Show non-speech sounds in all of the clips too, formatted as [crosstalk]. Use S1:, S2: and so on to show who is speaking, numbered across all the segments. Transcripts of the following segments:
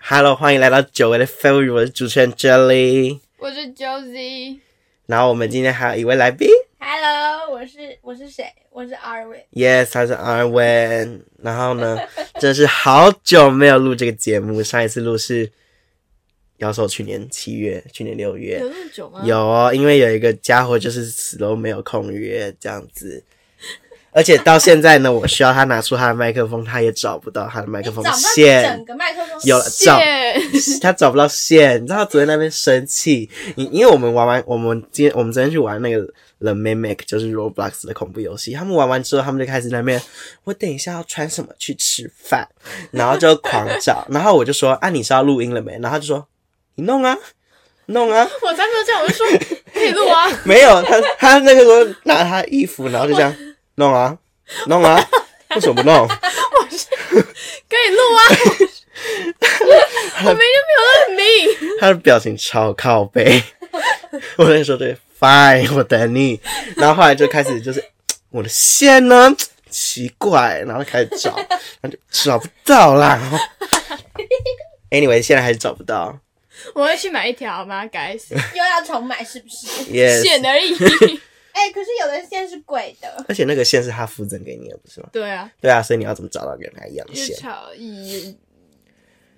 S1: Hello，欢迎来到久违的 f a v o r 我是主持人 Jelly。
S2: 我是 Josie。
S1: 然后我们今天还有一位来宾
S3: Hello，我是我是谁？我是 Arwin。
S1: ，Yes，他是 Arwen。然后呢， [laughs] 真是好久没有录这个节目，上一次录是，要说去年七月，去年六月。
S2: 有那么
S3: 嗯
S2: 久吗？
S1: 有哦，因为有一个家伙就是死都没有空约这样子，而且到现在呢，我需要他拿出他的麦克风，他也找不到他的麦克
S3: 哎
S1: 风
S3: 你找不到
S1: 线
S3: 整，个麦克风
S1: 有了找 [laughs]
S2: 谢。
S1: 他找不到线，你知道他昨天那边生气，因因为我们玩完，我们今天我们昨天去玩那个 The Mimic，就是 Roblox 的恐怖游戏，他们玩完之后，他们就开始在那边，我等一下要穿什么去吃饭，然后就狂找，然后我就说啊，你是要录音了没？然后他就说你弄啊，弄啊。
S2: 我才没有这样，我
S1: [laughs]
S2: 就说可以录啊。
S1: 没有，他他那个时候拿他衣服，然后就这样弄啊弄啊，为什么不弄？
S2: 可以录啊！我明明就没有那么明，
S1: 他的表情超靠背。 [laughs] 我那时候对，fine，我等你。然后后来就开始就是我的线呢，奇怪，然后开始找，然后就找不到啦。然后 anyway，现在还是找不到。
S2: 我会去买一条把它改死，
S3: 又要重买是不是？
S1: Yes，
S2: 显
S1: [laughs]
S2: 而易易。
S3: [laughs] 哎、可是有的线是鬼的，
S1: 而且那个线是他附赠给你的，不是吗？
S2: 对啊，
S1: 对啊，所以你要怎么找到跟他一样的
S2: 日
S1: 线？
S2: 潮一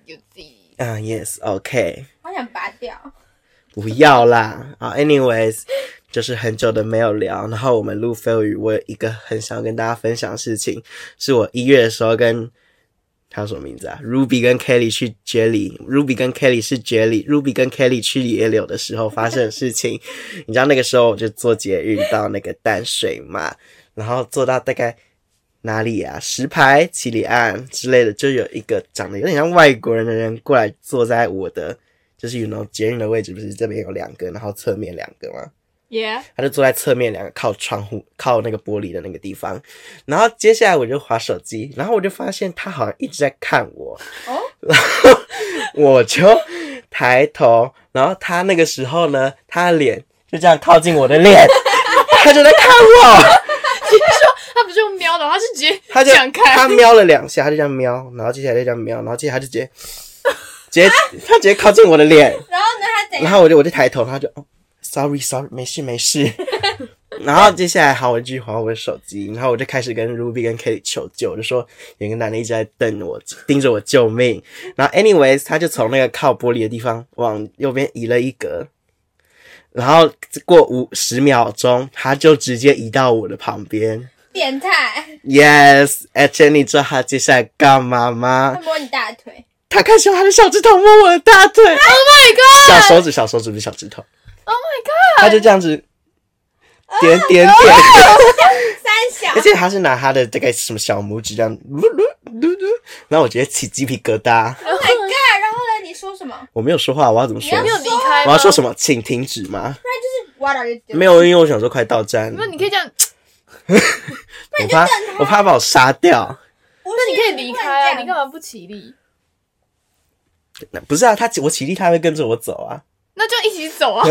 S2: 有自己
S1: 啊、y e s o k
S3: 好想拔掉。
S1: 不要啦啊！Anyways，就是很久的没有聊，然后我们录飞鱼，我有一个很想要跟大家分享的事情，是我一月的时候跟他什么名字啊？Ruby 跟 Kelly 去 Jelly，Ruby 跟 Kelly 是 Jelly，Ruby 跟 Kelly 去野柳的时候发生的事情。你知道那个时候我就坐捷运到那个淡水嘛，然后坐到大概哪里啊？石牌、七里岸之类的，就有一个长得有点像外国人的人过来坐在我的，就是 you know 捷运的位置，不是这边有两个，然后侧面两个吗？
S2: 耶，
S1: 他就坐在侧面两个靠窗户、靠那个玻璃的那个地方。然后接下来我就划手机，然后我就发现他好像一直在看我， [laughs]
S3: 哦，
S1: 我就抬头，然后他那个时候呢，他的脸就这样靠近我的脸，他就在看我。
S2: 他不是用瞄的，他是直接
S1: 他就
S2: 这样
S1: 他
S2: 看，
S1: 瞄了两下，他就这样瞄，然后接下来就这样瞄，然后接下来他就直接直接他直接靠近我的脸，
S3: 然后呢，他怎
S1: 然
S3: 样？
S1: 后我就我就抬头，他就哦，sorry sorry，没事没事。然后接下来好，我就继续划我的手机，然后我就开始跟 Ruby 跟 Kelly 求救，我就说有一个男的一直在瞪我，盯着我救命。然后 anyways，他就从那个靠玻璃的地方往右边移了一格，然后过五十秒钟，他就直接移到我的旁边。
S3: 变 [laughs] 态，
S1: Yes，而且你知道他接下来干嘛
S3: 他
S1: 吗？
S3: 摸你大腿，
S1: 他开始用他的小指头摸我的大腿，Oh my god！小手指，小手指不是小指头
S2: ，Oh my god，
S1: 他
S2: 哎
S1: 就这样子点点点， [laughs]
S3: 三 [laughs] 小
S1: 而。且他是拿他的大概什么小拇指这样噜噜噜噜，然后我直接起鸡皮疙瘩。
S3: Oh my god！然后呢，你说什么
S1: 我没有说话，我要怎么说
S3: 你？
S2: 没有离啊开
S1: 我
S2: 吗
S1: 要？说什么？请停止吗？
S3: ？What are you doing？
S1: 没，有，因为我想说快到站，
S2: 那你可以这样，
S1: 我怕
S2: 啊
S1: 我怕把我杀掉。
S2: 那你可以离开啊，你干嘛
S3: 嘛？
S2: 不起立？
S1: 那不是啊，他我起立他会跟着我走啊。
S2: 那就一起
S1: [laughs]
S2: 走啊！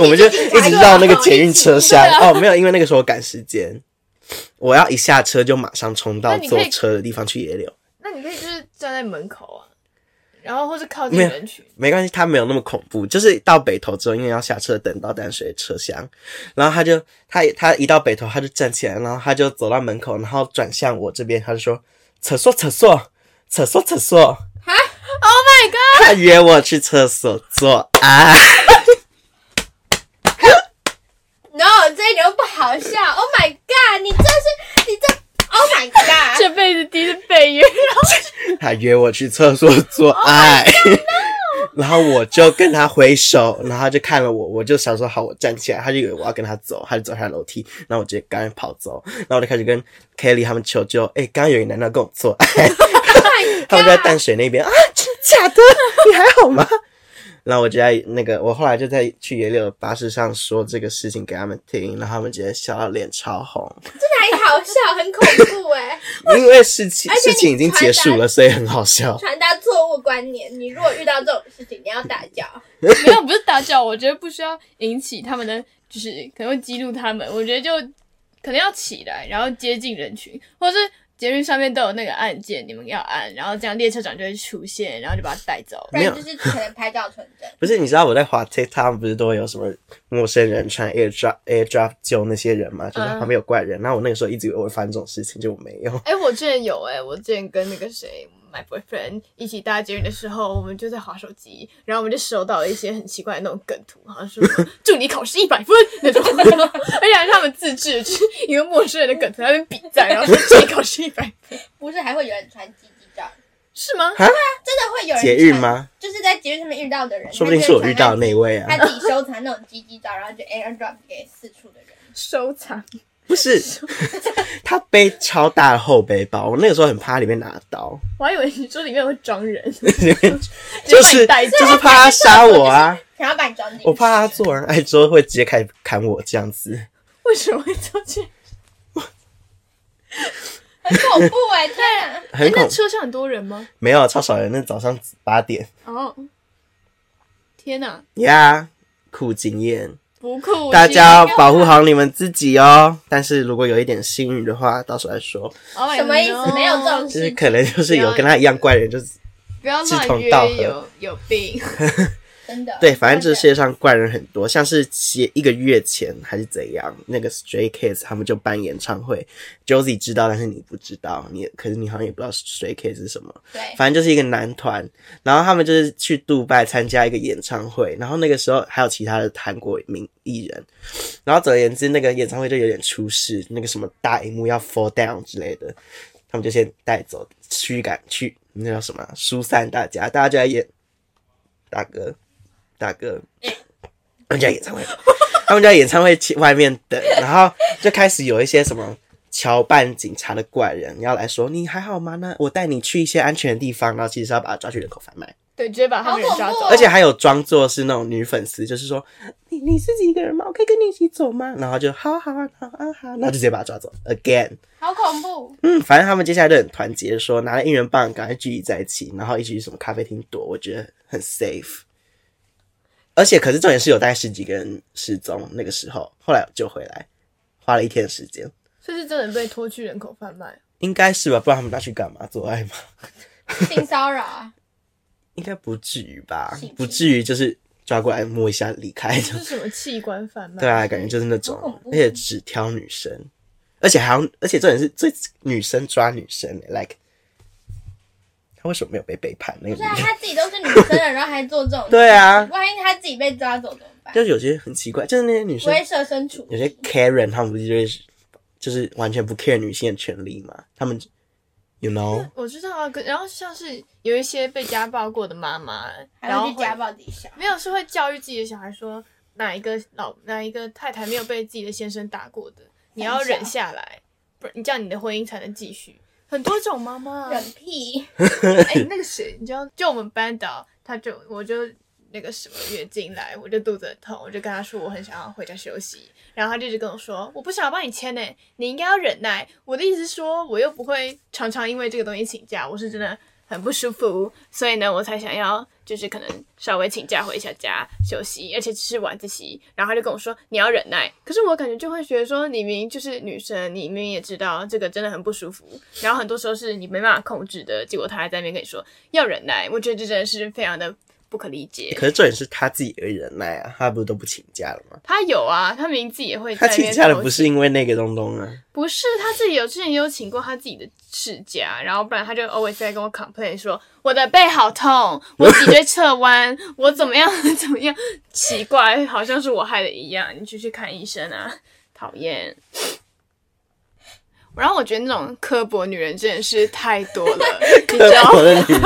S1: 我们就一直绕那个捷运车厢
S2: [laughs] 对。啊
S1: 哦，没有，因为那个时候我赶时间，我要一下车就马上冲到
S2: 那你可
S1: 坐
S2: 以
S1: 车的地方去野柳。
S2: 那你可以就是站在门口啊，然后或是靠近
S1: 没有
S2: 人群。
S1: 没关系，他没有那么恐怖。就是到北头之后，因为要下车等到淡水的车厢，然后他就他他一到北头，他就站起来，然后他就走到门口，然后转向我这边，他就说：“厕所，厕所，厕所，厕所。”
S3: 哈
S1: ！Oh
S2: my
S1: god！他约我去厕所做爱。
S3: ？No，这一点都不好笑。Oh my god！你这是你这，Oh my god！
S2: 这辈子第一次被约， [laughs]
S1: 他约我去厕所 [laughs] 做爱然后我就跟他挥手，然后他就看了我，我就想说好，我站起来，他就以为我要跟他走，他就走下楼梯，然后我直接赶紧跑走，然后我就开始跟 Kelly 他们求救，哎、刚刚有一个男的跟我做爱， [laughs] 他们就在淡水那边啊，真的假的？你还好吗？ [laughs] 然后我就在那个，我后来就在去野柳的巴士上说这个事情给他们听，然后他们直接笑到脸超红，
S3: 这还好笑，很恐怖哎。
S1: 因为事情
S3: 而且
S1: 事
S3: 你
S1: 情已经结束
S3: 传达
S1: 了，所以很好笑。
S3: [laughs] 传达错误观念。你如果遇到这种事情，你要打架。
S2: 没有不是打搅，我觉得不需要引起他们的，就是可能会激怒他们。我觉得就可能要起来，然后接近人群，或是捷运上面都有那个按键，你们要按，然后这样列车长就会出现，然后就把它带走。
S3: 不
S1: 没有
S3: 然就是可能拍照存证。
S1: 不是，你知道我在滑 TikTok 不是都会有什么陌生人穿 AirDrop AirDrop 救那些人吗？就是
S2: 嗯
S1: 旁边有怪人。那、我那个时候一直以为我会发生这种事情，就 [laughs] 没有。
S2: 哎、我之前有哎、我之前跟那个谁，my boyfriend 一起搭捷运的时候，我们就在划手机，然后我们就收到了一些很奇怪的那种梗图，好像说祝你考试一百分那种， [laughs] 而且还是他们自制，就是一个陌生人的梗图，他们比赞，然后说祝你考试一百分，
S3: 不是还会有人传鸡鸡照，
S2: 是吗？
S3: 真的会有人
S1: 捷运吗？
S3: 传？就是在捷运上面遇到的人，
S1: 说不定是我遇到的那一位
S3: 他
S1: 啊。
S3: 就会传他自己他自己收藏那种鸡鸡照，然后就 airdrop 给四处的人。
S2: 收藏，
S1: 不是， [laughs] 他背超大的后背包，我那个时候很怕里面拿刀，
S2: 我还以为你说里面会装人，
S1: [laughs] 就
S2: 把 [laughs] 你
S1: 是
S2: 带走
S1: 就是怕他杀我 [laughs] 啊，
S3: 想要把你装进去，
S1: 我怕他做人爱之后会直接开始砍我这样子。
S2: 为什么会做这样？
S3: 很恐怖哎、天啊！
S1: 很
S2: 哎
S1: 恐
S2: 那车上很多人吗？
S1: 没有超少人，那早上八点
S2: 哦，天哪，
S1: 呀酷经验。
S2: 不酷！
S1: 大家要保护好你们自己哦。但是如果有一点幸运的话，到时候再说。
S2: Oh my
S3: 什么意思
S2: no
S3: 没有这种
S1: 就是可能就是有跟他一样怪人，就是
S2: 不要
S1: 志
S2: 乱
S1: 同道合
S2: 约，有有病。
S3: 真的。
S1: [laughs] 对，反正这个世
S3: 真的
S1: 界上怪人很多。像是前一个月前还是怎样，那个 Stray Kids 他们就办演唱会，Josie 知道，但是你不知道，你可是你好像也不知道 Stray Kids 是什么。
S3: 对，
S1: 反正就是一个男团，然后他们就是去杜拜参加一个演唱会，然后那个时候还有其他的韩国名艺人，然后总而言之，那个演唱会就有点出事，那个什么大荧幕要 fall down 之类的，他们就先带走驱赶去那叫什么啊疏散大家，大家就在演大哥大哥，他们就在演唱会，他们就在演唱会前外面等，然后就开始有一些什么。乔扮警察的怪人要来说你还好吗？那我带你去一些安全的地方，然后其实是要把他抓去人口贩卖。
S2: 对，直接把他们人抓
S3: 好恐
S2: 走
S3: 怖哦。
S1: 而且还有装作是那种女粉丝，就是说你你自己一个人吗？我可以跟你一起走吗？然后就好啊好啊好啊好啊，然后就直接把他抓走 again。
S3: 好恐怖，
S1: 嗯，反正他们接下来就很团结，说拿了应援棒赶快聚集在一起，然后一起去什么咖啡厅躲，我觉得很 safe。而且可是重点是有大概十几个人失踪，那个时候后来有救回来，花了一天的时间，
S2: 这是真的被拖去人口贩卖，
S1: 应该是吧？不然他们拿去干嘛？做爱吗？ [laughs]
S3: 性骚扰啊！
S1: 应该不至于吧
S3: 性侵？
S1: 不至于就是抓过来摸一下离开
S2: 这
S1: 的。
S2: 是什么器官贩卖？
S1: 对啊，感觉就是那种
S3: 好恐，怖
S1: 而且只挑女生，而且还要，而且重点是最女生抓女生、like 欸他为什么没有被背叛？那个
S3: 不
S1: 女 [laughs]
S3: 是啊，
S1: 人
S3: 他自己都是女生了，然后还做这种，
S1: 对啊，
S3: 万一他自己被抓走怎么办？
S1: 就是有些很奇怪，就是那些女生
S3: 威慑身处
S1: 有些 Karen，他们不是就是就是完全不 care 女性的权利嘛？他们，you
S2: [laughs]
S1: know，
S2: 我知道啊，可然后像是有一些被家暴过的妈妈，
S3: 还
S2: 然后
S3: 会去
S2: 会
S3: 家暴自己小孩，
S2: 没有是会教育自己的小孩说，哪一个老哪一个太太没有被自己的先生打过的，你要忍下来，不然你这样你的婚姻才能继续。很多种妈妈啊，
S3: 忍屁！
S2: 哎、那个谁，你知道，就我们班导，他就我就那个什么月经来，我就肚子很痛，我就跟他说我很想要回家休息，然后他就一直跟我说我不想要帮你签呢、你应该要忍耐。我的意思是说，我又不会常常因为这个东西请假，我是真的很不舒服，所以呢，我才想要就是可能稍微请假回一下家休息，而且只是晚自习。然后他就跟我说你要忍耐，可是我感觉就会觉得说，你明明就是女生，你明明也知道这个真的很不舒服，然后很多时候是你没办法控制的，结果他还在那边跟你说要忍耐，我觉得这真的是非常的不可理解。
S1: 可是重点是他自己的忍耐啊，他不是都不请假了吗？
S2: 他有啊，他明明自己也会在
S1: 他
S2: 那
S1: 请
S2: 边
S1: 假了
S2: 偷
S1: 不是因为那个东东啊。
S2: 不是，他自己有之前也有请过他自己的事假，然后不然他就 always 在跟我 complain 说我的背好痛，我脊椎侧弯，我怎么样怎么样，奇怪，好像是我害的一样，你去去看医生啊，讨厌。然后我觉得那种刻薄女人真的是太多
S1: [laughs]
S2: 了，你知道
S1: 刻
S2: 吗
S1: 薄的女人，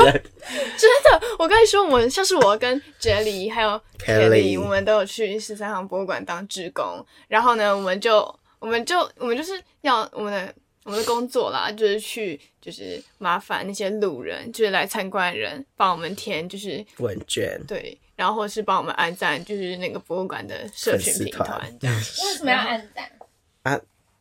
S2: 真的， [laughs] 我跟你说，我像是我跟哲理还有
S1: Kelly
S2: 我们都有去十三行博物馆当志工，然后呢，我们就我们就我们就是要我们的我们的工作啦，就是去就是麻烦那些路人，就是来参观的人帮我们填，就是
S1: 问卷。
S2: 对，然后或是帮我们按赞，就是那个博物馆的社
S1: 粉
S2: 群
S1: 丝
S2: 平
S1: 团
S2: 团
S1: [laughs]
S2: 这样，
S3: 为什么要暗赞？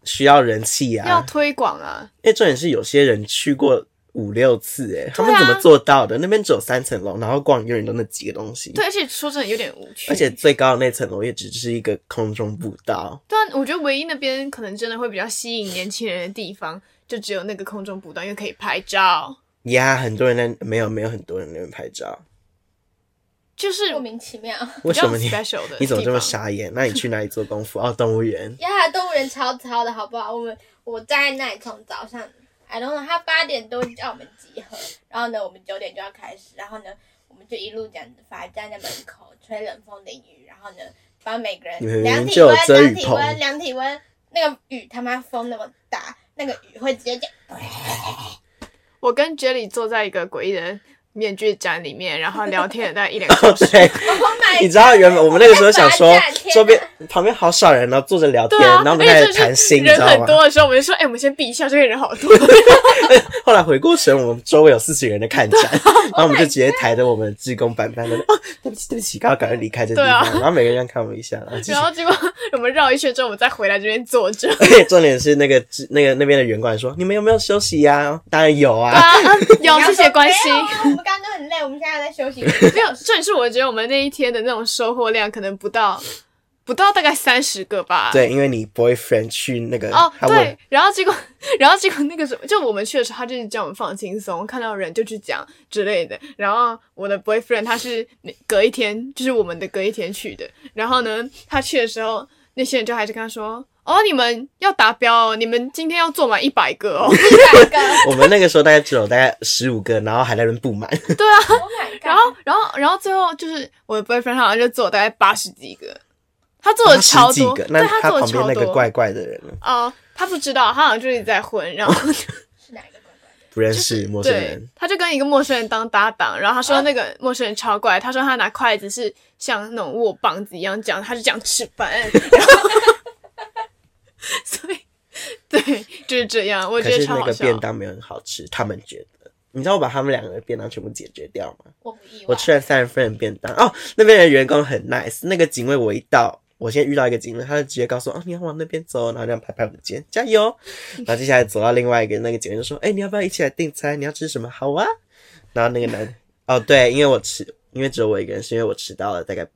S1: 需要人气
S2: 要
S1: 啊。
S2: 推广啊，
S1: 因为重点是有些人去过五六次、欸，他们
S2: 对啊
S1: 怎么做到的？那边只有三层楼，然后逛永远都那几个东西。
S2: 对，而且说真的有点无趣，
S1: 而且最高的那层楼也只是一个空中步道，
S2: 对啊，我觉得唯一那边可能真的会比较吸引年轻人的地方，就只有那个空中步道，因为可以拍照。
S1: 呀很多人在没有没有很多人在那边拍照，
S2: 就是
S3: 莫名其妙。
S1: 为什么
S2: 比
S1: 你 [laughs]
S2: 较 special 的
S1: 你怎么这么
S2: 地方
S1: 傻眼？那你去哪里做功夫？哦，动物园。
S3: 呀，动物园超超的好不好？我们我站在那里从早上，I don't know，他八点多就叫我们集合，然后呢，我们九点就要开始，然后呢，我们就一路这样子罚站在门口，吹冷风淋雨，然后呢，帮每个
S1: 你们
S3: 人量体
S1: 嗯就有
S3: 温、
S1: 遮雨
S3: 量体温、
S1: 棚
S3: 量体温，那个雨他妈风那么大，那个雨会直接这样，
S2: 我跟 Jelly 坐在一个诡异的面具展里面，然后聊天了大概一两个小
S1: 哦
S2: 时。
S1: [laughs] 对，
S3: Oh my！
S1: 你知道原本我们那个时候想说
S3: 我在罚站天，哪
S1: 周边旁边好少人哦，坐着聊天，
S2: 对啊，
S1: 然后我们
S2: 而
S1: 开
S2: 且
S1: 始
S2: 就是
S1: 谈心，你知
S2: 人
S1: 道
S2: 很
S1: 吗？
S2: 多的时候，我们就说：“哎、我们先避一下，这边人好多。
S1: [laughs] 后来回过神，我们周围有四十个人在看展，
S2: 啊
S1: [laughs] 然后我
S2: ，Oh
S1: 们就直接抬着我们的志工板板的，哦，对不起对不起，刚刚赶快离开这地方，
S2: 对啊
S1: 然后每个人这样看我们一下，然后”继续
S2: 然。后结果我们绕一圈之后，我们再回来这边坐着。
S1: [laughs] 而且重点是那个志那个那边的员官说：“你们有没有休息呀、当然有啊，
S2: 啊， [laughs] 有谢谢关心
S3: 没。有啊我们刚刚都很累，我们现在在 [laughs] 休息。
S2: 没有，这也是我觉得我们那一天的那种收获量可能不到，不到大概三十个吧。。
S1: 对，因为你 boyfriend 去那个，
S2: 啊哦，
S1: 他问
S2: 对，然后结果，然后结果那个时候，就我们去的时候，他就是叫我们放轻松，看到人就去讲之类的。然后我的 boyfriend 他是隔一天，就是我们的隔一天去的。然后呢，他去的时候，那些人就还是跟他说：“哦，你们要达标哦，你们今天要做满一百个哦。 [laughs]
S3: 一百个
S1: 我们那个时候大概只有大概十五个，然后还在那边不满，
S3: ，Oh my god！
S2: 然后，然后，然后最后就是我的 boyfriend 好像就做了大概八十几个，他做了超
S1: 十几
S2: 多，
S1: 个
S2: 对，
S1: 那
S2: 他做了
S1: 旁边
S2: 超
S1: 那个
S2: 多。
S1: 怪怪的人
S2: 哦、他不知道，他好像就是在混，然后。
S3: 是哪一个乖乖的？
S1: 不认
S2: 就
S1: 识
S2: 是
S1: 陌生
S2: 对
S1: 人，，
S2: 他就跟一个陌生人当搭档，然后他说那个陌生人超怪，他说他拿筷子是像那种握棒子一样这样，他就这样吃
S1: [laughs]
S2: 饭，然后所以对就是这样，我
S1: 可
S2: 觉得
S1: 是
S2: 超
S1: 那
S2: 好
S1: 个
S2: 笑。
S1: 便当没有很好吃，他们觉得。你知道我把他们两个的便当全部解决掉吗？
S3: 我不意外
S1: 我。吃了三十份的便当哦，那边的员工很 nice，那个警卫我一到，我先遇到一个警卫，他就直接告诉我，哦，你要往那边走，然后这样拍拍我的肩，加
S2: [laughs]
S1: 油。然后接下来走到另外一个那个警卫就说，哎、你要不要一起来订餐？你要吃什么？好啊。然后那个男，哦对，因为我迟，因为只有我一个人，是因为我迟到了大概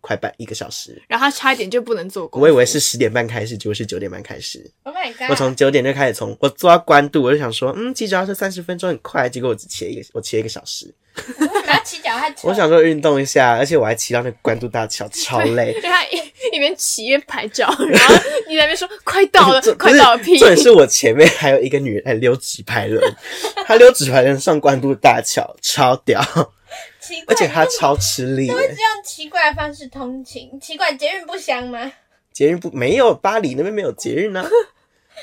S1: 快半一个小时。
S2: 然后他差一点就不能做工，
S1: 我以为是十点半开始，结果是九点半开始。
S3: Oh my
S2: 啊
S3: god！
S1: 我从九点就开始从我做到关渡，我就想说，嗯，骑脚踏车三十分钟很快，结果我只骑了一个，我骑了一个小时。
S2: 啊
S3: 我拿起脚踏车，
S1: 我想说运动一下，而且我还骑到那个关渡大桥，超累
S2: [laughs] 就。他一一边骑一边拍照，然后你在那边说快到了
S1: 这，
S2: 快
S1: 不是
S2: 到了屁，
S1: 重点是我前面还有一个女人在溜直排
S2: [laughs]
S1: 轮，她溜直排轮上关渡大桥，超屌，
S3: 奇
S1: 而
S3: 怪，
S1: 且她超吃力
S3: 都
S1: 的。
S2: 啊
S3: 会这样奇怪的方式通勤，奇怪，捷运不香吗？
S1: 捷运不没有巴黎那边没有捷运
S2: [laughs]
S1: 呢、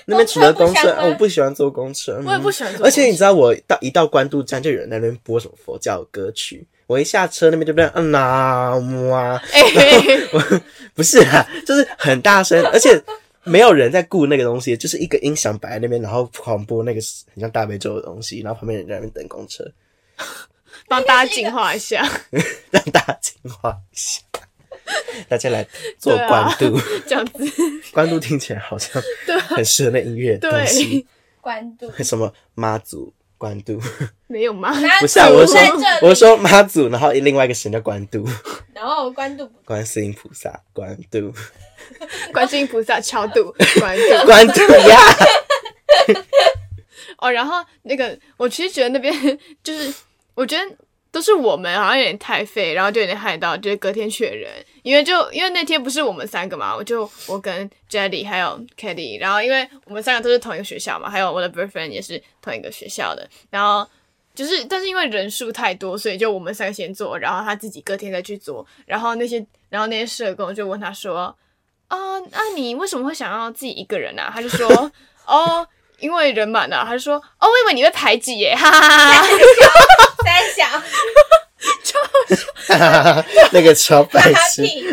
S1: 那边
S3: 公
S1: 除了
S3: 车不
S1: 公
S3: 香
S1: 车，
S3: 吗
S1: 哦我不喜欢坐公车。
S2: 我也不
S1: 嗯
S2: 喜欢做
S1: 而且你
S2: 工
S1: 知道，我到一到关渡站，就有人在那边播什么佛教歌曲。我一下车，那边就变嗯啦嗯啊，
S2: 哎、嘿嘿嘿
S1: [laughs] 不是啊，就是很大声，而且没有人在顾那个东西，就是一个音响摆在那边，然后狂播那个很像大悲咒的东西，然后旁边人在那边等公车，
S2: 帮大家净化一下。
S1: 让大家听话一下。大家来做
S2: 对啊
S1: 关渡，
S2: 这样子，
S1: 关渡听起来好
S2: [laughs]
S1: 像很适合那音乐的东西
S2: 对。
S3: 关注，
S1: 什么妈祖关
S2: [laughs]
S1: 渡，
S2: 没有吗？
S1: [laughs]
S3: 那
S1: 不是啊，我是
S3: 在
S1: 说
S3: 这里，
S1: 我是说妈祖，然后另外一个神叫关渡，
S3: 然后关注
S1: [laughs]
S3: 不
S1: 观世音菩萨关渡， [laughs]
S2: 观世音菩萨超度，关渡。
S1: 关渡呀，
S2: 哦，然后那个，我其实觉得那边就是，我觉得都是我们好像有点太废，然后就有点害到就是隔天去的人，因为就因为那天不是我们三个嘛，我就我跟 Jelly 还有 k a t t y 然后因为我们三个都是同一个学校嘛，还有我的 boyfriend 也是同一个学校的，然后。就是，但是因为人数太多，所以就我们三个先做，然后他自己隔天再去做。然后那些，然后那些社工就问他说：“啊，那你为什么会想要自己一个人啊？”他就说：“ [laughs] 哦，因为人满了、啊，他就说哦，我以为你被排挤耶，哈哈
S1: [laughs]
S2: 哈哈。
S3: 三小，
S1: [laughs] 那个超 [laughs] 白
S3: 哈哈
S1: 痴。
S3: 屁，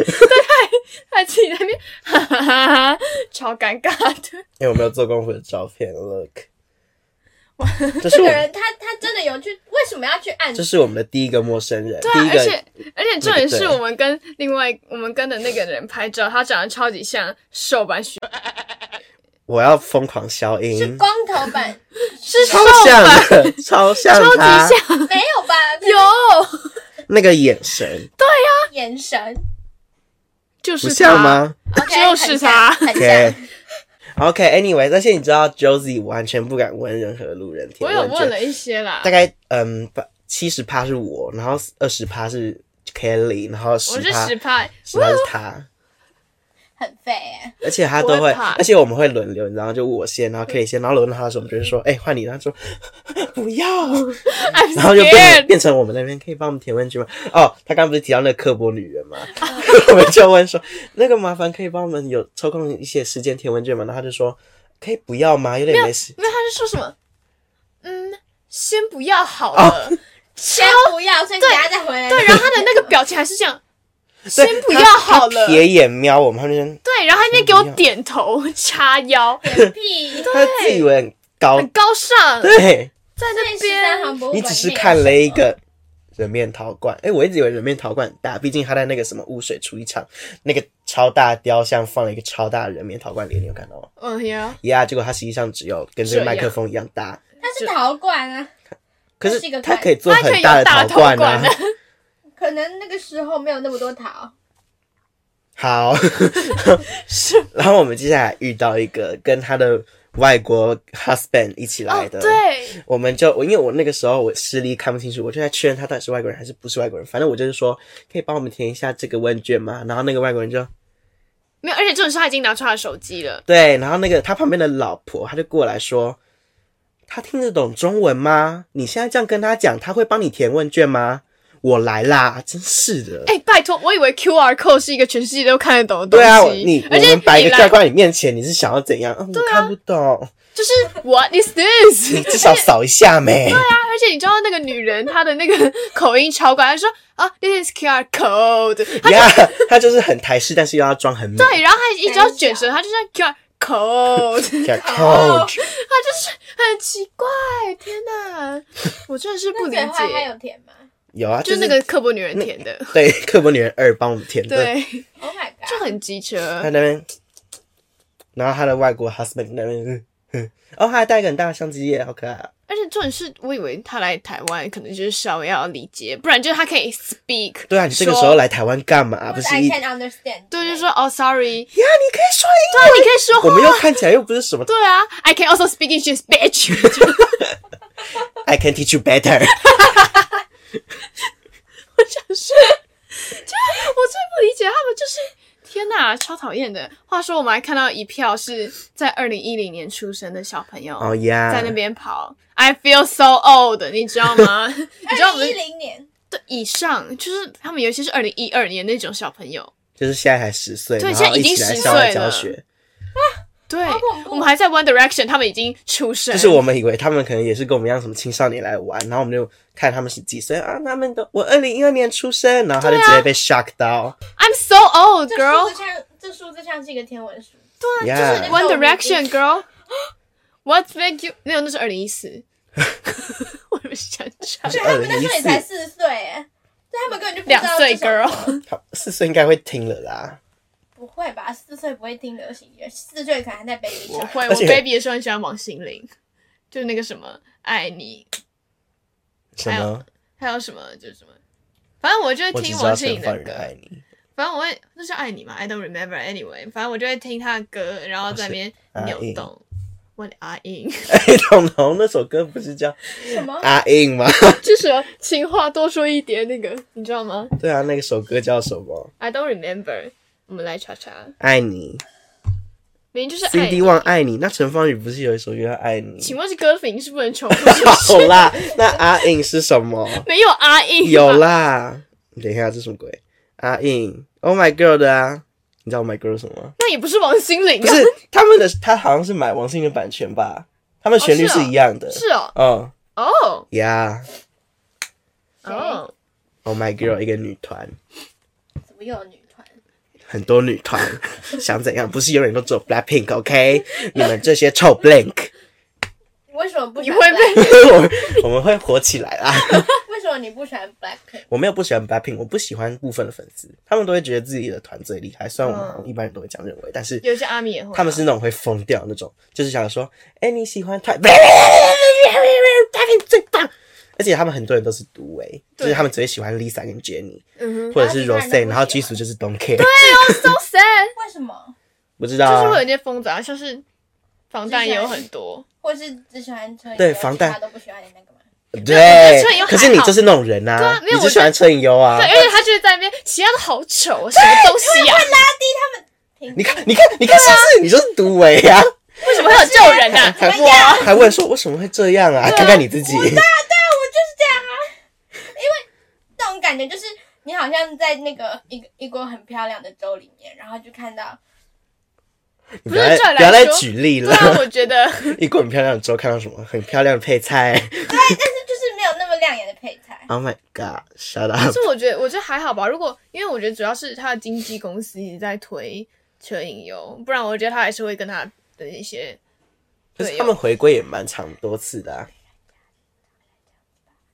S2: 他自己在那边 [laughs] 哈哈哈哈，超尴尬
S1: [laughs]
S2: 的。
S1: 因为我没有做功夫的照片，look，这 [laughs]
S3: 这
S1: 是
S3: 个
S1: 我
S3: 人他他真的有去，为什么要去按
S1: 这？是我们的第一个陌生人，第
S2: 对
S1: 一
S2: 啊，而
S1: 个
S2: 且而且重点是
S1: 对
S2: 我们跟另外我们跟的那个人拍照，他长得超级像瘦版许，
S1: 我要疯狂消
S3: 是
S1: 音，
S3: 光头
S1: [laughs]
S3: 版？
S2: 是瘦
S1: 超像
S2: 版，
S1: 的，超像
S2: 超
S1: 他
S2: 级像，
S3: 没
S1: [laughs]
S3: 有吧？
S2: 有
S1: 那个眼神，
S3: 眼神
S1: [laughs]
S2: 就
S1: 不
S2: 是
S1: 像
S2: 他？
S1: 吗
S3: ，OK，
S2: 就是
S3: 很
S2: 他 [laughs]
S3: 像很像
S1: ？OK， OK，anyway，、但是你知道 Josie 完全不敢问任何路人贴
S2: 我
S1: 问
S2: 有
S1: 卷，
S2: 问了一些啦
S1: 大，概嗯七十趴是我，然后二十趴是 Kelly，然后
S2: 我
S1: 十
S2: 是
S1: 趴
S2: 十
S1: [laughs]
S2: 趴，
S1: 十趴是他，
S3: 很废哎、
S1: 而且他
S2: 我
S1: 都
S2: 会
S1: 会
S2: 怕，
S1: 而且我们会轮流，你知道吗就我先，然后 Kelly 先，然后轮到他的时候，我们就会说，哎、换你，他说 [laughs] 不要，[laughs]
S2: I'm
S1: 然后就变成
S2: scared。
S1: 变成我们那边可以帮我们填问卷吗？哦，他刚不是提到那个刻薄女人吗？ [laughs] 我们就问说，那个麻烦可以帮我们有抽空一些时间填问卷吗？然后他就说，可以不要吗？有点没事。
S2: 没有，他是说什么？嗯，先不要好了。
S1: 哦
S3: 先不要，所以等下再回来。
S2: 对，然后他
S3: [laughs]
S2: 的那个表情还是这样，
S1: 对
S2: 先不要好
S1: 他。
S2: 了
S1: 斜眼瞄我们，他就说
S2: 对，然后他那边给我点头叉腰，
S1: 哦
S3: 点屁，
S1: 他自以为很高
S2: 很，高尚，
S1: 对
S2: 在那
S3: 十三
S2: 边
S3: 行博物
S1: 你
S3: 馆
S1: 只是看了一个人面陶罐。哎、我一直以为人面陶罐很大，毕竟他在那个什么污水处理厂那个超大雕像放了一个超大的人面陶罐脸，你有看到吗？
S2: 嗯呀，
S1: 哦呀、结果它实际上只有跟这个
S2: 这样
S1: 麦克风一样大。
S3: 它是陶罐啊，
S1: 可
S3: 它是一个
S1: 是它
S3: 罐
S1: 可以做
S2: 它可以
S1: 很
S2: 有
S1: 大的
S2: 大
S1: 陶
S2: 陶
S1: 罐
S2: 罐
S1: 啊
S2: 的。
S3: 可能那个时候没有那么多陶。
S1: [laughs] 好，
S2: [laughs] 是
S1: [laughs] 然后我们接下来遇到一个跟他的外国 husband 一起来
S2: 哦，
S1: 的，
S2: 对，
S1: 我们就我因为我那个时候我视力看不清楚，我就在确认他到底是外国人还是不是外国人。反正我就是说，可以帮我们填一下这个问卷吗？然后那个外国人就
S2: 没有，而且这种事他已经拿出他的手机了，
S1: 对，然后那个他旁边的老婆，他就过来说，他听得懂中文吗？你现在这样跟他讲，他会帮你填问卷吗？我来啦，真是的。
S2: 哎，拜托，我以为 QR code 是一个全世界都看得懂的东
S1: 对
S2: 西，
S1: 啊，我你我
S2: 而且
S1: 们摆一
S2: 你
S1: 个教
S2: 来啊
S1: 官你面前，你是想要怎样？嗯、我看不
S2: [laughs]
S1: 懂，
S2: 就是 What is this？
S1: [laughs] 你至少扫一下没？
S2: 而且你知道那个女人她的那个口音超怪，她说啊，this is QR
S1: [laughs]
S2: code，她
S1: 呀，他就是很台式，但是又要装很美。
S2: 对，然后她一直要卷舌，她就像 QR code， [laughs]
S1: 叫 coach，
S2: 她就是很奇怪，天哪，我真的是不
S3: 那
S2: 理
S3: 嘴坏还
S2: 解，
S3: 有甜吗
S1: 有啊，
S2: 就是那个刻薄女人填的，
S1: 对刻薄女人二帮我们填的，
S2: 对，
S3: ？Oh my
S2: 就
S3: god！
S2: 很机
S1: 他 [laughs]
S2: 车，
S1: 那边，然后他的外国 husband 那边，嗯嗯哦，他还带一个很大的相机耶，好可爱啊。
S2: 而且重点是我以为她来台湾可能就是稍微要理解，不然就是她可以 speak，
S1: 对啊，你这个时候来台湾干
S2: 啊
S1: 嘛？不
S3: 不
S1: 是
S3: 是 I
S1: 一呀，
S3: can understand。
S2: 对，就说哦，sorry，对
S1: [laughs] 你可以说英
S2: 啊，你可以说
S1: 文，我们又
S2: 话啊。
S1: 看起来又不是什么
S2: 对啊，I can also speak English,
S1: [laughs]
S2: bitch 。
S1: ，I can teach you better。
S2: 是，就我最不理解他们就是。天呐，超讨厌的！话说，我们还看到一票是在二零一零年出生的小朋友
S1: 哦呀，
S2: 在那边跑、i feel so old，你知
S1: [laughs]
S2: 道吗？你知道
S3: 二
S2: 我
S3: 零一
S2: 们
S3: 零年，
S2: 对以上就是他们，尤其是二零一二年那种小朋友，
S1: 就是现在才十岁，
S2: 对
S1: 然
S2: 现在
S1: 后
S2: 已
S1: 一起
S2: 经
S1: 来
S2: 10
S1: 校外
S2: 岁了
S1: 教学。
S2: 对
S3: 好恐，怖
S2: 我们还在 One Direction，他们已经出生，
S1: 就是我们以为他们可能也是跟我们一样什么青少年来玩，然后我们就看他们是几岁啊，他们都我二零一二年出生，然后他就直接被 shock 到，
S2: I'm so old
S3: 这数
S2: girl，
S3: 字像这数字像是一个天文数。
S1: 对
S3: 那
S1: yeah,
S3: 个
S2: One
S3: 我们已经
S2: Direction girl。What's make you？没有，那是二零一四。
S1: [laughs]
S2: 我也不想讲。
S3: 对，他们那时候也才
S1: 2014
S3: 四岁哎，对他们根本就不知道
S2: 两岁
S3: 这首歌
S2: girl，
S1: 他四岁应该会听了啦，
S3: 不会吧？四岁不会听流行音乐，四岁可能还在 baby
S2: 我
S3: shark。
S2: 会，
S1: 而
S2: 我
S1: 且
S2: baby 的时候很喜欢王心凌，就是那个什么爱你，
S1: 什
S2: 还
S1: 么
S2: 有？还有什么就是什么，反正我就
S1: 我
S2: 会
S1: 只
S2: 听
S1: 知道
S2: 王心
S1: 陈
S2: 凌
S1: 芳
S2: 的
S1: 仁爱
S2: 歌，
S1: 你，
S2: 反正我会那是爱你嘛，I don't remember anyway，反正我就会听她的歌，然后在那边扭动。我的阿英，
S1: 哎，彤彤那首歌不是叫
S3: 什么？
S2: 啊
S1: 阿印吗？
S2: [laughs] 就是情话多说一点那个，你知道吗
S1: 对啊，那个首歌叫什么？
S2: ？I don't remember。我们来查查，
S1: 爱你
S2: 明明就是爱
S1: ，Cindy
S2: 你。
S1: Wang 爱你。那陈芳宇不是有一首歌叫爱你？
S2: 请问是歌名是不能重复是不是？
S1: 好啦，那阿印是什么？
S2: [laughs] 没有阿
S1: [laughs]
S2: 英，
S1: 有。啦，你等一下，这什么鬼？阿印，Oh my girl 的啊，你知道 Oh my girl 是什么吗？
S2: [laughs] 那也不是王心凌
S1: 不
S2: 啊，
S1: 是他们的，他好像是买王心凌版权吧？他们旋律
S2: 哦是
S1: 是
S2: 哦
S1: 一样的。
S2: 是哦，
S1: 哦
S2: 哦
S1: 呀
S2: 哦，
S1: ，Oh my girl，一个女团，
S3: 怎么又有女团？
S1: 很多女团，
S2: [laughs]
S1: 想怎样？不是永远都只有 Blackpink，OK？、你们这些臭 Blink，
S3: 为什么不
S2: [laughs]
S3: 喜
S2: 你
S3: 欢
S2: 会
S3: Black？ [laughs]
S2: 被
S1: [laughs] 我我们会火起来啦！ [laughs]
S3: 为什么你不喜欢 Blackpink？
S1: 我没有不喜欢 Blackpink，我不喜欢部分的粉丝，他们都会觉得自己的团最厉害。虽然我们好
S2: 嗯
S1: 像一般人都会这样认为，但是
S2: [laughs] 有些阿米也会啊，
S1: 他们是那种会疯掉的那种，就是想说，哎、你喜欢
S2: [laughs]
S1: 他，最棒。而且他们很多人都是独唯，就是他们只会喜欢 Lisa 跟 Jennie，
S2: 嗯
S1: 或者是
S3: 然后其他
S1: Rose，
S3: 人都不喜欢
S1: 然后基础就是 Don't Care。
S2: ，so sad，
S3: 为什么？
S1: 不知道
S2: 啊就是
S1: [laughs] 啊、
S2: 会有一些疯子啊，像是防弹也有很多，
S3: 或是只喜欢车，
S1: 对防弹
S3: 他都不喜欢你那个嘛。
S2: 得
S1: 对
S2: 车银优，
S1: 可
S2: 还
S1: 是你
S2: 好
S1: 就是那种人呐、
S2: 对啊没有
S1: 你
S2: 我
S1: 就喜欢车影优啊
S2: 对，。而且他就是在那边，其他都
S1: [laughs]
S2: 好丑，什么东西啊呀、
S3: 停
S1: 你看，你看，
S2: 啊
S1: 你看，是不是你就是独唯呀？
S2: 为什么会有救人呐、
S1: 还还问说为什么会这样啊？看看你自己，
S3: 啊那种感觉就是你好像在那个一个一锅很漂亮的粥里面，然后就看到
S1: 你 [laughs]
S2: 不
S1: 不
S2: 是
S1: 要再
S2: 这来
S1: 不要再
S2: 说
S1: 举例
S2: [laughs] 对啊，
S1: 了。
S2: 我觉得
S1: [laughs] 一锅很漂亮的粥，看到什么很漂亮的配菜
S3: 就是没有那么亮眼的配菜。
S1: ？Oh my god，shut
S2: 可
S1: up！
S2: 是我觉得我觉得还好吧。如果因为我觉得主要是他的经纪公司一直在推车影优，不然我觉得他还是会跟他的一些
S1: 可是
S2: 对
S1: 他们回归也蛮长多次的、啊。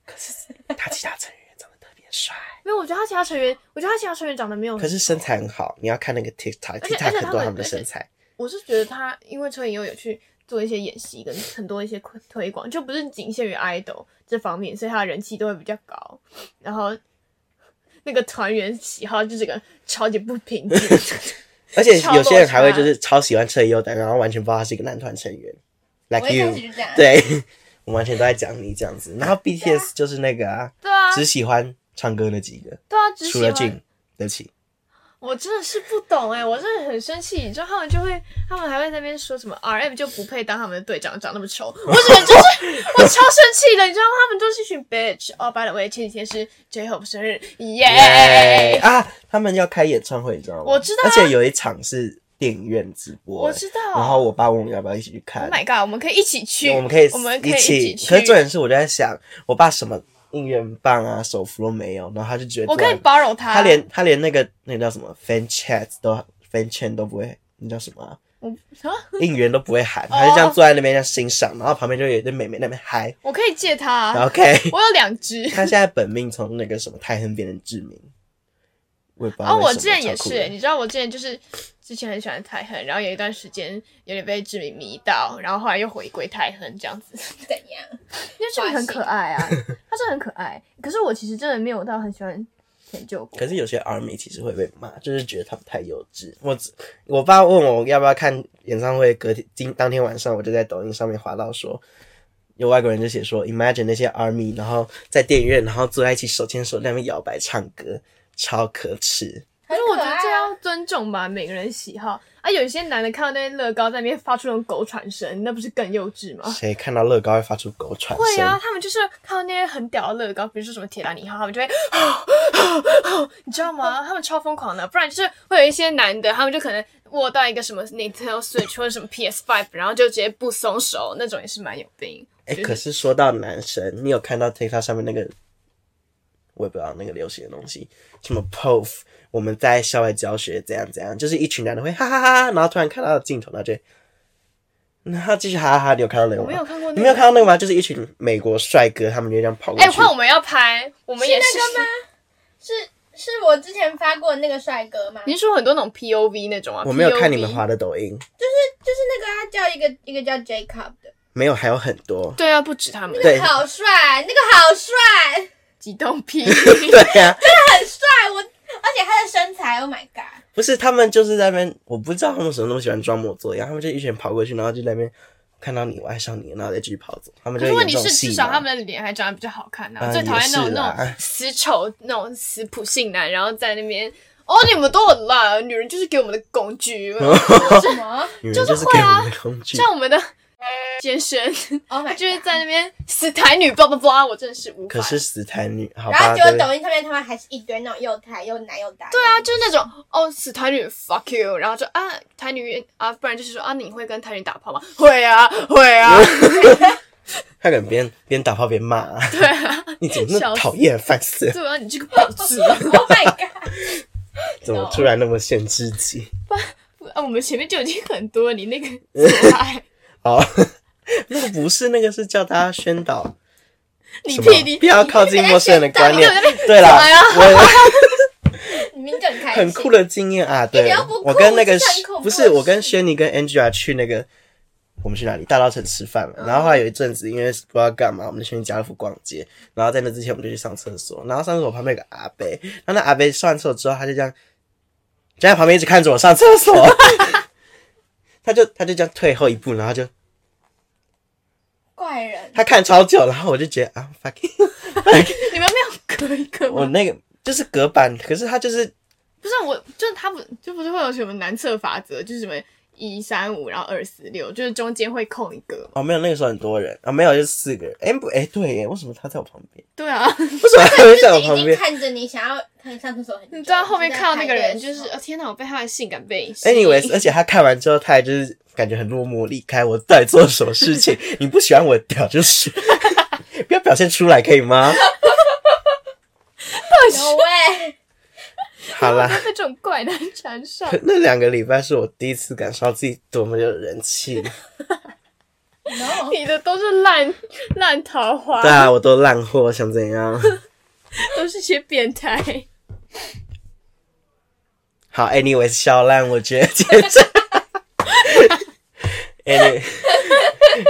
S1: 可是他其他成员长得特别
S2: [laughs]
S1: 帅，
S2: 没有。我觉得他其他成员，我觉得他其他成员长得没有很
S1: 可是身材很好。你要看那个 TikTok，TikTok
S2: 而且而且他们
S1: 很多他们的
S2: 而且
S1: 身材。
S2: 我是觉得他因为车影优有去做一些演习跟很多一些推推广，就不是仅限于 idol 这方面，所以他的人气都会比较高。然后那个团员喜好就这个超级不平 [laughs] 均，
S1: 而且
S2: 超
S1: 有些人
S2: 落
S1: 还会
S2: 差
S1: 就是超喜欢车优的，然后完全不知道他是一个男团成员
S3: 我
S1: ，like
S3: 一
S1: you
S3: 开始。就这样，，
S1: 对， [laughs] 我完全都在讲你这样子。然后 BTS 就是那个啊，
S2: [laughs] 对啊，
S1: 只喜欢唱歌那几个，
S2: 对啊，只喜
S1: 除了
S2: 欢
S1: 静，对不起，
S2: 我真的是不懂哎、我真的很生气。就他们就会，他们还会在那边说什么 RM 就不配当他们的队长，长那么丑。我只能就是我超生气的，你知道吗？他们都是一群 bitch。哦、b y the way，前几天是 J Hope 生日，耶、
S1: 耶啊！他们要开演唱会，你知道吗？
S2: 我知道啊
S1: 而且有一场是电影院直播，
S2: 我知道。
S1: 然后我爸问我要不要一起去
S2: Oh
S1: 看，
S2: my 哦 god，我们可以一起去，
S1: 我们可以
S2: 我们可以
S1: 一起。
S2: 去。
S1: 可是重点是，我就在想，我爸什么应援棒啊、手幅都没有，然后他就觉得
S2: 我可以
S1: 然
S2: borrow 他，
S1: 他连他连那个那个叫什么 fan chat 都 fan chat 都不会，那叫什么啊、
S2: 我啊，
S1: 应援都不会喊，他就这样坐在那边这样欣赏，然后旁边就有一堆美眉在那边嗨。
S2: 我可以借他、
S1: 然后 OK，
S2: 我有两只。
S1: 他现在本命从那个什么泰亨变成志明，我也不知道
S2: 哦，
S1: 为什么。
S2: 我之前也
S1: 超酷
S2: 是
S1: 的
S2: 欸，你知道我之前就是之前很喜欢泰亨，然后有一段时间有点被志明迷到，然后后来又回归泰亨这样子，
S3: 怎样？
S2: 因为志明很可爱啊，他是很可爱。可是我其实真的没有到很喜欢田就国
S1: 可，是有些 ARMY 其实会被骂，就是觉得他们太幼稚。我只我爸问我要不要看演唱会，隔天今当天晚上我就在抖音上面滑到说，有外国人就写说，Imagine 那些 ARMY，然后在电影院，然后坐在一起手牵手在那边摇摆唱歌，超可耻。
S2: 可啊是我觉得这
S3: 样
S2: 要尊重吧，每个人喜好啊。有一些男的看到那些乐高在那边发出那种狗喘声，那不是更幼稚吗？
S1: 谁看到乐高会发出狗喘
S2: 啊会
S1: 声？
S2: 啊，他们就是看到那些很屌的乐高，比如说什么铁达尼号，他们就会 [gasps] 你知
S1: [laughs]
S2: 道吗？他们超疯狂的。不然就是会有一些男的，他们就可能握到一个什么 Nintendo Switch 或者什么 PS Five，然后就直接不松手，那种也是蛮有病。
S1: 哎、
S2: 就是
S1: 可是说到男神，你有看到 TikTok 上面那个，我也不知道那个流行的东西，什么 POF，我们在校外教学怎样怎样，就是一群男的会哈哈哈哈，然后突然看到镜头，然后就，然后继续哈哈哈，你有看到那个
S2: 我
S1: 吗？
S2: 没有看过、那个，
S1: 你没有看到那个吗？就是一群美国帅哥，他们就这样跑过
S2: 哎，
S1: 去。
S2: 换、我们要拍，我们也是。
S3: 是是我之前发过的那个帅哥吗？
S2: 你是说很多那种 POV 那种啊？
S1: 我没有看你
S2: POV
S1: 们。滑的抖音，
S3: 就是那个啊，叫一个一个叫 Jacob 的，
S1: 没有，还有很
S2: [laughs]
S1: 多。
S2: 对啊，不止
S1: [laughs]
S2: 他们
S1: 对
S3: 好帅，那个好帅，
S2: 激动屁。
S1: 对呀、
S3: 帅我，而且他的身材，Oh my god，
S1: 不是他们就是在那边，我不知道他们什么那么喜欢装模作样，他们就一群人跑过去，然后就在那边看到你，我爱上你，然后再继续跑走。他们就
S2: 可
S1: 是会
S2: 问
S1: 演
S2: 题
S1: 这种
S2: 是，
S1: 戏
S2: 至少
S1: 嘛
S2: 他们的脸还长得比较好看啊！
S1: 嗯
S2: 最讨厌那
S1: 也
S2: 种
S1: 是
S2: 那
S1: 啦 [laughs]
S2: 种死丑、那种死普信男，然后在那边哦，你们都很烂，女人就是给我们的工
S1: [laughs]
S2: 具，
S3: 什么
S1: 女
S2: 就
S1: 人
S2: 是
S1: 是
S2: 会
S1: 给我
S2: 啊
S1: 们的工具。
S2: 像我们的 [laughs] 先生，
S3: ？Oh
S2: 他
S3: my，god
S2: 就是在那边死台女，叭叭叭，我真的是无法。
S1: 可是死台女，好
S3: 然
S1: 吧，
S3: 后结果
S1: 对
S3: 抖音上面他们还是一堆那种又台又奶又大，
S2: 对啊，就是那种哦，死台女 fuck you，然后就啊台女啊，不然就是说啊，你会跟台女打炮吗？会啊，
S1: [laughs]
S2: 会啊，
S1: 他可能边边打炮边骂、啊，
S2: 对啊，
S1: 你怎么那
S2: 笑
S1: 么
S2: 死
S1: 讨厌，烦死了！
S2: 对啊，你这个婊子啊！
S3: ，Oh my god，
S1: 怎么突然那么限制级？
S2: 啊，我们前面就已经很多了，你
S1: [laughs]
S2: 那个做爱，
S1: 哦， [laughs] 那个不是，那个是叫大家宣导
S2: 你
S1: 什么
S2: 屁你
S1: 不要靠近陌生人的观念。对啦
S2: 哎呀，
S1: 我
S3: 你明明就很开心，
S1: 很酷的经验啊！对
S3: 点都不，酷
S1: 我跟那个
S3: 这是很恐怖
S1: 不
S3: 的
S1: 是我跟轩尼跟 Angela 去那个。我们去哪里？大稻城吃饭
S3: 嗯
S1: 嘛。然后后来有一阵子，因为不知道干嘛，我们就去家乐福逛街。然后在那之前，我们就去上厕所。然后上厕所旁边有个阿伯，然后那阿
S3: [laughs]
S1: 伯上完厕所之后，他就这样就在旁边一直看着我上厕所。他就他就这样退后一步，然后就
S3: 怪人，
S1: 他看超久，然后我就觉得啊 fuck，
S2: 你们没有隔一
S3: 嗯
S2: 个
S1: 我
S2: 吗？
S1: 那个就是隔板，可是他就是
S2: 不是啊我，就是他不就不是会有什么男厕法则，就是什么一三五，然后二四六，就是中间会空一个。
S1: 哦没有那个时候很多人啊没有就四个人，哎、不哎、对耶，为什么他在我旁边？
S2: 对啊，
S1: 为什么 [laughs] 他会在我
S3: 就是
S1: 旁
S3: 已经
S1: 边
S3: 看着你想要看上厕所很久，
S2: 你知道后面看到那个人，就
S3: 在
S2: 是 [laughs]
S3: 排队的时
S2: 哦天哪，我被他的性感被吸引
S1: [laughs] ？anyways，而且他看完之后，他还就是感觉很落寞离开，我到底做了什么事 [laughs] 情？你不喜欢我的屌就是， [laughs] 不要表现出来可以 [laughs] 吗？
S3: 候有
S2: 哦
S3: 喂，
S1: 好啦。
S2: 被这种怪男缠上，
S1: 可那两个礼拜是我第一次感受到自己多么有人气。
S3: no，
S2: 你的都是烂烂桃花
S1: 对，啊，我都烂货，想怎样？
S2: 都是些变态。
S1: 嗯好，anyways，笑烂，我觉得这
S2: [laughs]
S1: ，any，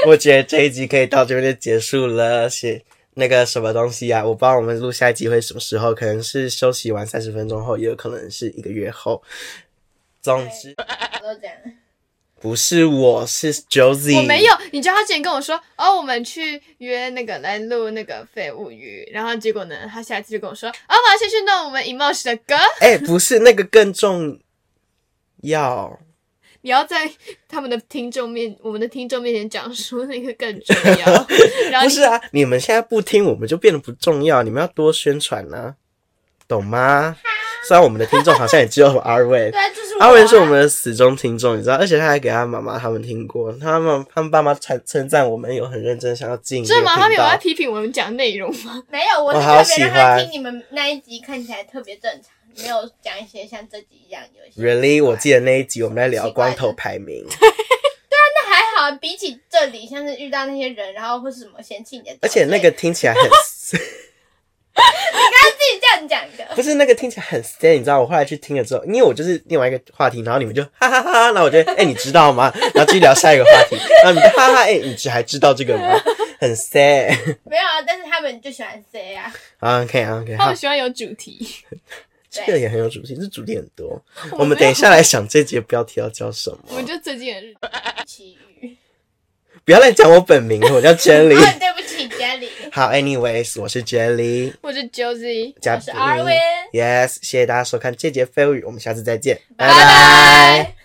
S1: 我觉得这一集可以到这边就结束了。是那个什么东西呀、啊？我不知道我们录下一集会什么时候，可能是休息完三十分钟后，也有可能是一个月后。总之，
S3: 我都这样，
S1: 不是我，是 Josie。
S2: 我没有，你知道他之前跟我说，哦，我们去约那个来录那个废物语，然后结果呢，他下一次就跟我说，啊、我要先去弄我们 emoji 的歌，
S1: 哎、不是那个更重要。
S2: 你要在他们的听众面，我们的听众面前讲说那个更重
S1: [laughs]
S2: 要。然
S1: 不
S2: 后你
S1: 是啊，你们现在不听，我们就变得不重要。你们要多宣传呢、懂吗？虽然我们的听众好像也只有 [laughs] 阿伟
S3: 对，啊，就是
S1: 阿伟
S3: 文
S1: 是我们的死忠听众，你知道，而且他还给他妈妈他们听过，他们他们爸妈称称赞我们有很认真想要进这
S2: 是
S1: 个
S2: 吗？他们
S1: 频
S2: 有在
S1: 道。
S2: 批评我们讲内容
S1: [laughs]
S2: 吗？
S3: 没有，我是
S1: 我好
S3: 特别让
S1: 喜
S3: 他
S1: 欢
S3: 听你们那一集看起来特别正常，没有讲一些像这集一样有些
S1: Really，我记得那一集我们在聊
S3: 奇怪
S1: 光
S3: 的
S1: 头排名，
S3: 那还好，比起这里像是遇到那些人，然后或是什么嫌弃你的，
S1: 而且那个听起来很 [laughs]
S3: 他自己这样讲的，
S1: 不是那个听起来很 sad，你知道？我后来去听了之后，因为我就是另外一个话题，然后你们就哈哈哈哈，然后我就哎、你知道吗？然后继续聊下一个话题，然后你们就哈哈哈，哎、你只还知道这个吗？很 sad。
S3: 没有啊，但是他们就喜欢 say 啊，
S1: OK OK，
S2: 他
S1: 好
S2: 们，喜欢有主题，
S1: 这个也很有主题，这主题很多。
S2: 我
S1: 我们
S2: 没有
S1: 等一下来想这节标题要叫什
S2: 我们
S1: 么？
S2: 就最近的日子
S3: 奇
S1: [laughs]
S3: 遇。
S1: 不要再讲我本名，我叫
S3: 哦
S1: Jelly。，
S3: 对不起，家里，
S1: [laughs] 好，anyways，我是 Jelly
S2: 或者 Josie。
S1: 嘉
S3: 我是
S1: 宾。
S3: Arwen
S1: Yes，谢谢大家收看这节飞语，我们下次再见，
S3: 拜拜。